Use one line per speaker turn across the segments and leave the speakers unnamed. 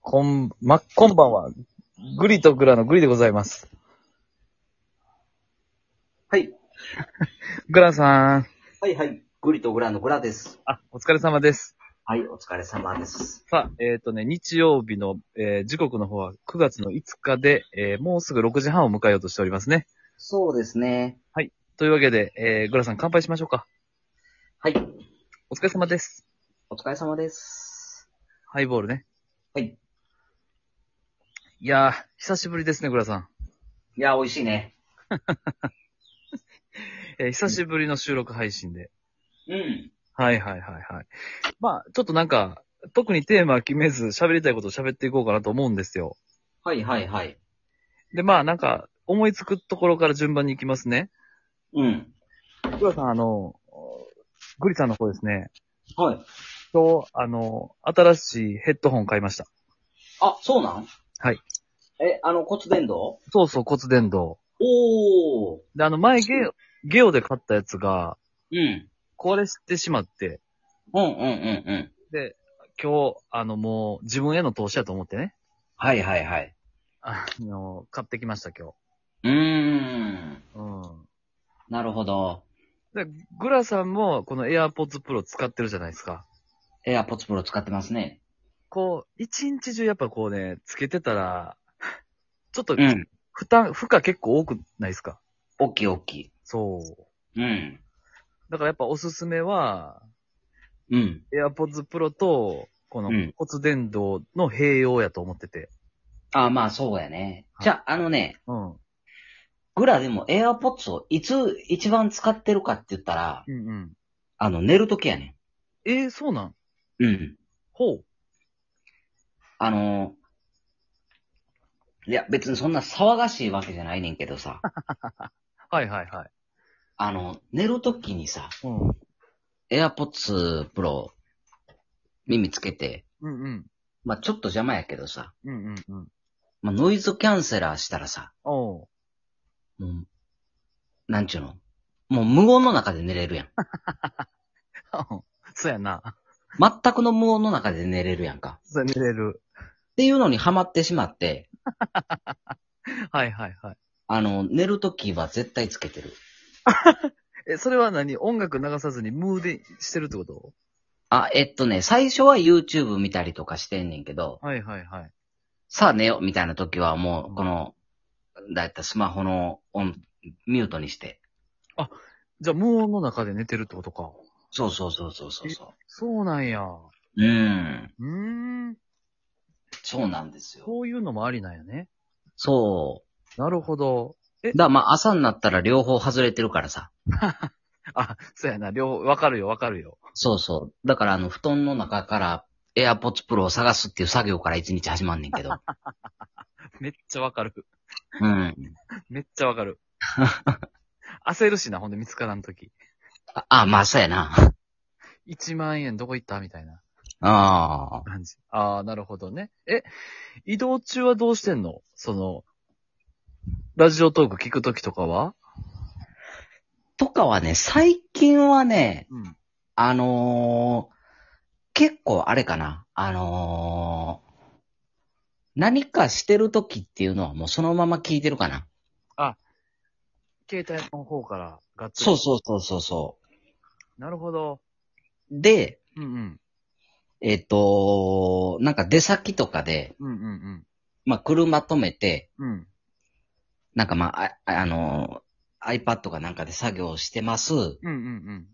こん、ま、こんばんは。グリとグラのグリでございます。
はい。
グラさん。
はいはい。グリとグラのグラです。
あ、お疲れ様です。
はい、お疲れ様です。
さあ、えっ、とね、日曜日の、えー時刻の方は9月の5日で、えーもうすぐ6時半を迎えようとしておりますね。
そうですね。
というわけで、えーグラさん乾杯しましょうか。
はい。
お疲れ様です。
お疲れ様です。
ハイボールね。
はい。
いやー、久しぶりですね、グラさん。
いや、美味しいね。
えー久しぶりの収録配信で。
うん。
はいはいはいはい。まあ、ちょっとなんか、特にテーマは決めず喋りたいことを喋っていこうかなと思うんですよ。
はいはいはい。
で、まあなんか、思いつくところから順番に行きますね。
うん。
グラさん、あの、グリさんの方ですね。
はい。
今日、あの、新しいヘッドホン買いました。
あ、そうなん
はい。
え、あの、骨伝導
そうそう、骨伝導。
おー。
で、あの、前ゲオ、ゲオで買ったやつが、
うん。
壊れしてしまって、
うんうんうんうん。
で、今日、あの、もう、自分への投資やと思ってね。
はいはいはい。
あの、買ってきました、今
うーん。
日。うん。
なるほど。
で、グラさんも、この AirPods Pro 使ってるじゃないですか。
エアポ p プロ使ってますね。
こう、一日中やっぱこうね、つけてたら、ちょっと
うん。
負担、負荷結構多くないですか
大きい大きい。
そう。
うん。
だからやっぱおすすめは、
うん。
AirPods Pro と、この
うん
骨伝導の併用やと思ってて。
あ、まあそうやね。じゃあ、あのね、
うん。うん
グラでも AirPods をいつ一番使ってるかって言ったら、
うん。
あの、寝るときやね
えー、そうなん
ん。うん。
ほう。
あのーいや、別にそんな騒がしいわけじゃないねんけどさ、
はいはいはい。
あの、寝るときにさ、
うん。
AirPods Pro 耳つけて、
うんうん。
まあちょっと邪魔やけどさ、
うんうんうん。
まあノイズキャンセラーしたらさ、
おう。
もう、なんちゅうのもう無音の中で寝れる やん。
そうやな。
全くの無音の中で寝れるやんか。
そうや寝れる。
っていうのにハマってしまって、
はいはいはい。
あの、寝るときは絶対つけてる。
え、それは何音楽流さずにムーでしてるってこと
あ、えっとね、最初は YouTube 見たりとかしてんねんけど、
はいはいはい。
さあ寝ようみたいなときはもう、この、だいたいスマホのオン、ミュートにして。
じゃあ無音の中で寝てるってことか。
そうそうそうそうそうそ
そうなんや。
う。うーん。
うーん。
そうなんですよ。
そういうのもありなんやね。
そ
なるほど。
う。だ、まあ朝になったら両方外れてるからさ。
あ、そうやな。両、わかるよわかるよ。
そうそう。だからあの、布団の中から AirPods Pro を探すっていう作業から一日始まんねんけど。
めっちゃわかる。
うん。
めっちゃわかる。 焦るしな、ほんで見つからんとき。
あ、あまあそうやな。
1万円どこ行ったみたいな
ああ。
感じ。ああ、なるほどね。え、移動中はどうしてんのその、ラジオトーク聞くときとかは
とかはね、最近はね、
うん。
あのー、結構あれかな。あのー、何かしてる時っていうのはもうそのまま聞いてるかな。
携帯の方からがっつり。
そうそうそうそうそ
なるほど。
う。で、
うんうん。
えっ、となんか出先とかで、
うんうん
まあ、車止めて、
うん。うん。
なんかまあ、あ、あのー iPad かなんかで作業してます。
うんうんうん。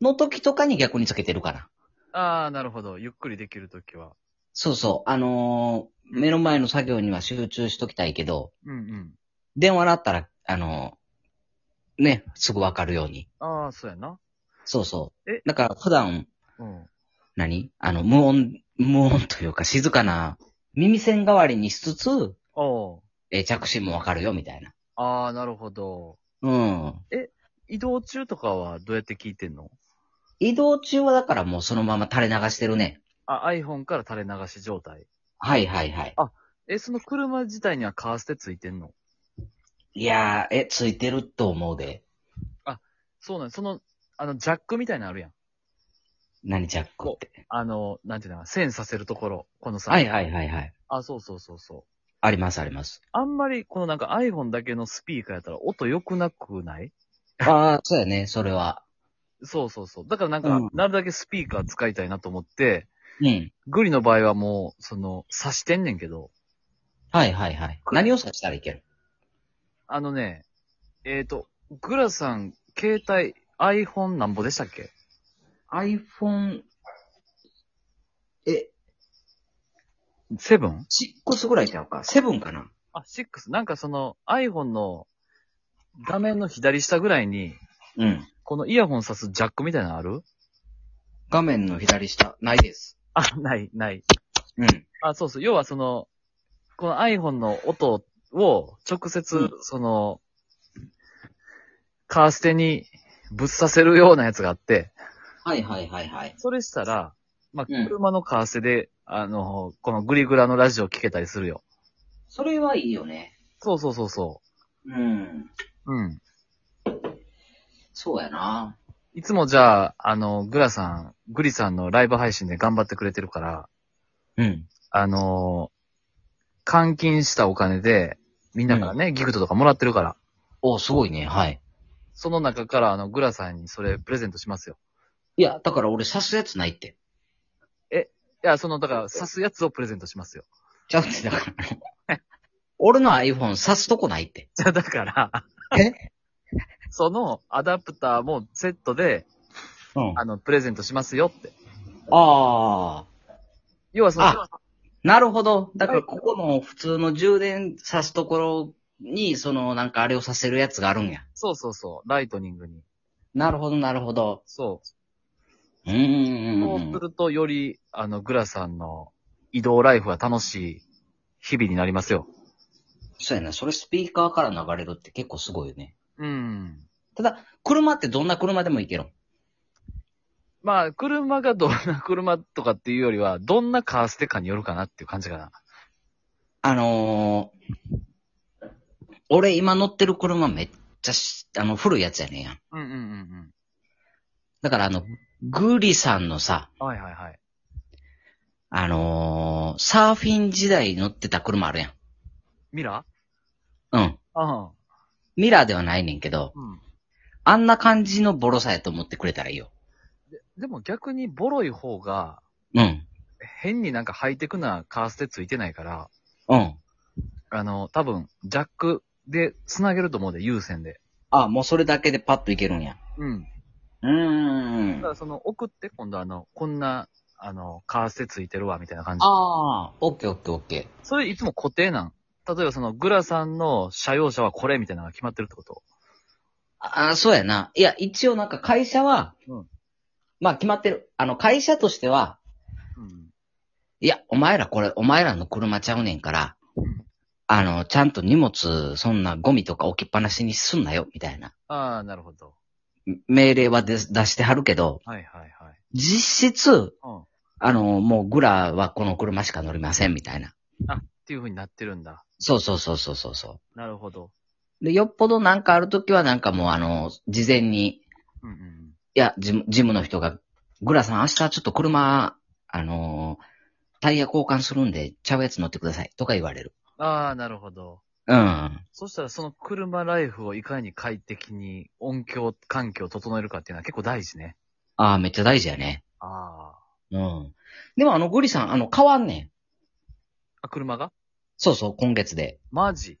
の時とかに逆につけてるかな。
ああ、なるほど。ゆっくりできるときは。
そうそう。あのー目の前の作業には集中しときたいけど、
うんうん。
電話鳴ったら、あのーね、すぐわかるように。
ああ、そうやな。
そうそう。
え
だから普段、
うん。
何あの、無音、無音というか静かな耳栓代わりにしつつ、
おう
えー着信もわかるよ、みたいな。
ああ、なるほど。
うん。
移動中とかはどうやって聞いてんの
移動中はだからもうそのまま垂れ流してるね。
あ、iPhone から垂れ流し状態。
はいはいはい。
え、その車自体にはカーステついてんの
いやー、え、ついてると思うで。
そうなんその、あの、ジャックみたいなのあるやん。
何ジャックって。
あの、なんていうのかな、線させるところ、このさ、
はいはいはいはい。
あ、そうそうそうそう。
ありますあります。
あんまり、このなんか iPhone だけのスピーカーやったら音良くなくない
ああ、そうやね、それは。
そうそうそう。だからなんか、
うん
なるだけスピーカー使いたいなと思って、
うん。
グリの場合はもう、その、刺してんねんけど、
はいはいはい。何をさしたらいける
あのね、えっ、と、グラさん、携帯、iPhone なんぼでしたっけ
?iPhone、え、
?7?
6ぐらいちゃうか ?7 かな
あ、6。なんかその iPhone の画面の左下ぐらいに、
うん。
このイヤホン挿すジャックみたいなのある
画面の左下、ないです。
あ、ない、ない。
うん。
あ、そうそう。要はその、この iPhone の音を直接、
うん
その、カーステにぶっさせるようなやつがあって、
はいはいはいはい。
それしたら、まあ、
うん
車のカーステで、あの、このグリグラのラジオ聞けたりするよ。
それはいいよね。
そうそうそうそ
うん。
う。うん。
そうやな。
いつもじゃあ、あの、グラさん、グリさんのライブ配信で頑張ってくれてるから、
うん。
あのー換金したお金で、みんなからね、ギフトとかもらってるから、
お、すごいね、はい。
その中から、あの、グラさんにそれプレゼントしますよ。
いや、だから俺刺すやつないって。
いや、その、だから、刺すやつをプレゼントしますよ。
ちゃうって、だから。俺の iPhone 刺すとこないって。
じゃあ、だから、
え
そのアダプターもセットで、
うんあ
あの、プレゼントしますよって。
あ
要はその、
あー。なるほど。だからここの普通の充電刺すところに、そのなんかあれをさせるやつがあるんや。
そうそうそう、ライトニングに。
なるほど、なるほど。
そう
ー
う。
ん。
そうすると、より、あの、グラさんの移動ライフは楽しい日々になりますよ。
そうやな。それスピーカーから流れるって結構すごいよね。
うん。
ただ、車ってどんな車でもいけるん
まあ、車がどんな 車とかっていうよりは、どんなカーステかによるかなっていう感じかな。
あのー俺今乗ってる車めっちゃし、あの、古いやつやねんや。
うんうんうん
だからあの、グリさんのさ、
うん。はいはいはい。
あのーサーフィン時代乗ってた車あるやん。
ミラー
うん。
ああ。
ミラーではないねんけど、
うん。
あんな感じのボロさやと思ってくれたらいいよ。
でも逆にボロい方が、
うん。
変になんかハイテクなカーステついてないから、
うん。
あの、多分、ジャックで繋げると思うで、有線で。
あ、もうそれだけでパッといけるんや。
うん。
うー
だ
ん
か。らその、送って、今度あの、こんな、あの、カーステついてるわ、みたいな感じ。
ああ、オッケーオッケーオッケ
それいつも固定なん。例えばその、グラさんの社用車はこれ、みたいなのが決まってるってこと
ー。ああ、そうやな。いや、一応なんか会社は、
うん
まあ決まってる。あの、会社としては、
うん。
いや、お前らこれ、お前らの車ちゃうねんから
うん、
あの、ちゃんと荷物、そんなゴミとか置きっぱなしにすんなよ、みたいな。
ああ、なるほど。
命令はで出してはるけど、
はいはいはい。
実質、
うん。っ
あの、もうグラはこの車しか乗りません、みたいな。
ていう風になってるんだ。
そうそうそうそうそうそ
なるほど。
う。で、よっぽどなんかあるときはなんかもうあの、事前に、
うんうん。
いや、ジム、ジムの人が、グラさん明日ちょっと車、あのタイヤ交換するんで、ちゃうやつ乗ってください、とか言われる。
ああ、なるほど。
うん。
そしたらその車ライフをいかに快適に音響環境を整えるかっていうのは結構大事ね。
ああ、めっちゃ大事やね。
ああ。
うん。でもあの、グリさん、あの、変わんねん。
あ、車が
そうそう、今月で。
マジ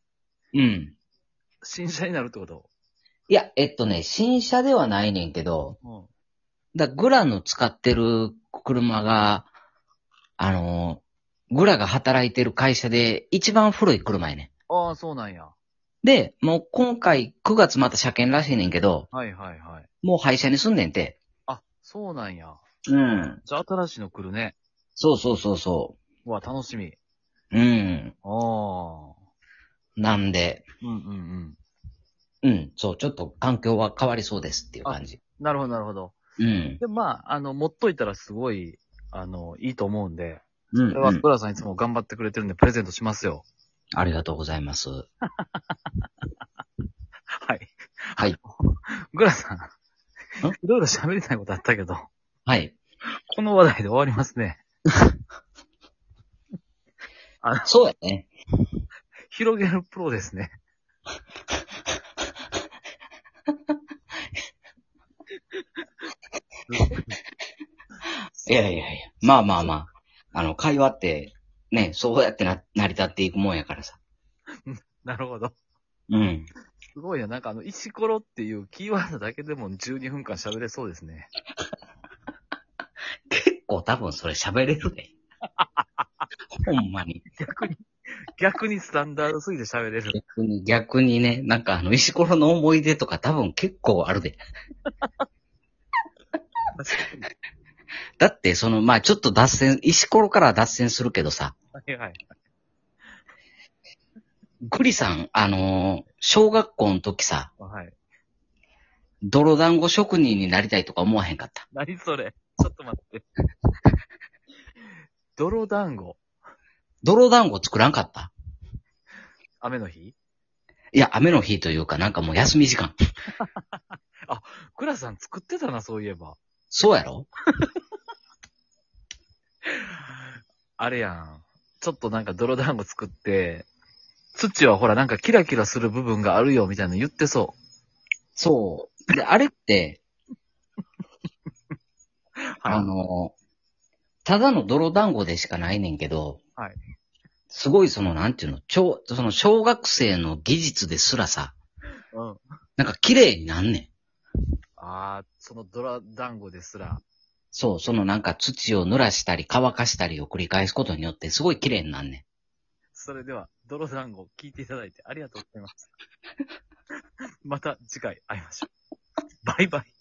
うん。
新車になるってこと
いや、えっとね、新車ではないねんけど、
うん。
だグラの使ってる車が、あのーグラが働いてる会社で一番古い車やね
ああ、そうなんや。
ん。で、もう今回9月また車検らしいねんけど、
はいはいはい。
もう廃車に住んでんて。
あ、そうなんや。
うん。
じゃあ新しいの来るね。
そうそうそうそう
わ、楽しみ。
う。うん。
ああ。
なんで、
うんうんうん。
うん、そう、ちょっと環境は変わりそうですっていう感じ。
なるほどなるほど。
うん。
で、まあ、あの、持っといたらすごい、あの、いいと思うんで。
うん、
これは、
うん
ブラさんいつも頑張ってくれてるんで、プレゼントしますよ。
ありがとうございます。
はい。
はい。
グラさん、いろいろ喋りたいことあったけど、
はい。
この話題で終わりますね。
そうやね。
広げるプロです ね。
いやいやいや。まあまあまあ。あの、会話って、ね、そうやってな、成り立っていくもんやからさ。
なるほど。
うん。
すごいな。なんかあの、石ころっていうキーワードだけでも12分間喋れそうですね。
結構多分それ喋れるで。ほんまに。
逆にスタンダードすぎて喋れる。
逆に、逆にね、なんかあの、石ころの思い出とか多分結構あるで。だって、その、まあちょっと脱線、石ころからは脱線するけどさ、
はいはい。
グリさん、あのー小学校の時さ、
はい。
泥団子職人になりたいとか思わへんかった。
何それちょっと待 って。泥団子。
泥団子作らんかった
雨の日
いや、雨の日というか、なんかもう休み時間。
クラさん作ってたな、そういえば。
そうやろ
あれやん。ちょっとなんか泥団子作って、土はほらなんかキラキラする部分があるよみたいなの言ってそ
そう。で、あれって、
う。
あの、ただの泥団子でしかないねんけど、
はい
すごいその、なんていうの、超、その小学生の技術ですらさ、
うん。
なんか綺麗になんねん。
ああ、その泥団子ですら。
そう、そのなんか土を濡らしたり乾かしたりを繰り返すことによってすごい綺麗になんね
それでは、泥団子を聞いていた だいてありがとうございます。また次回会いましょう。バイバイ。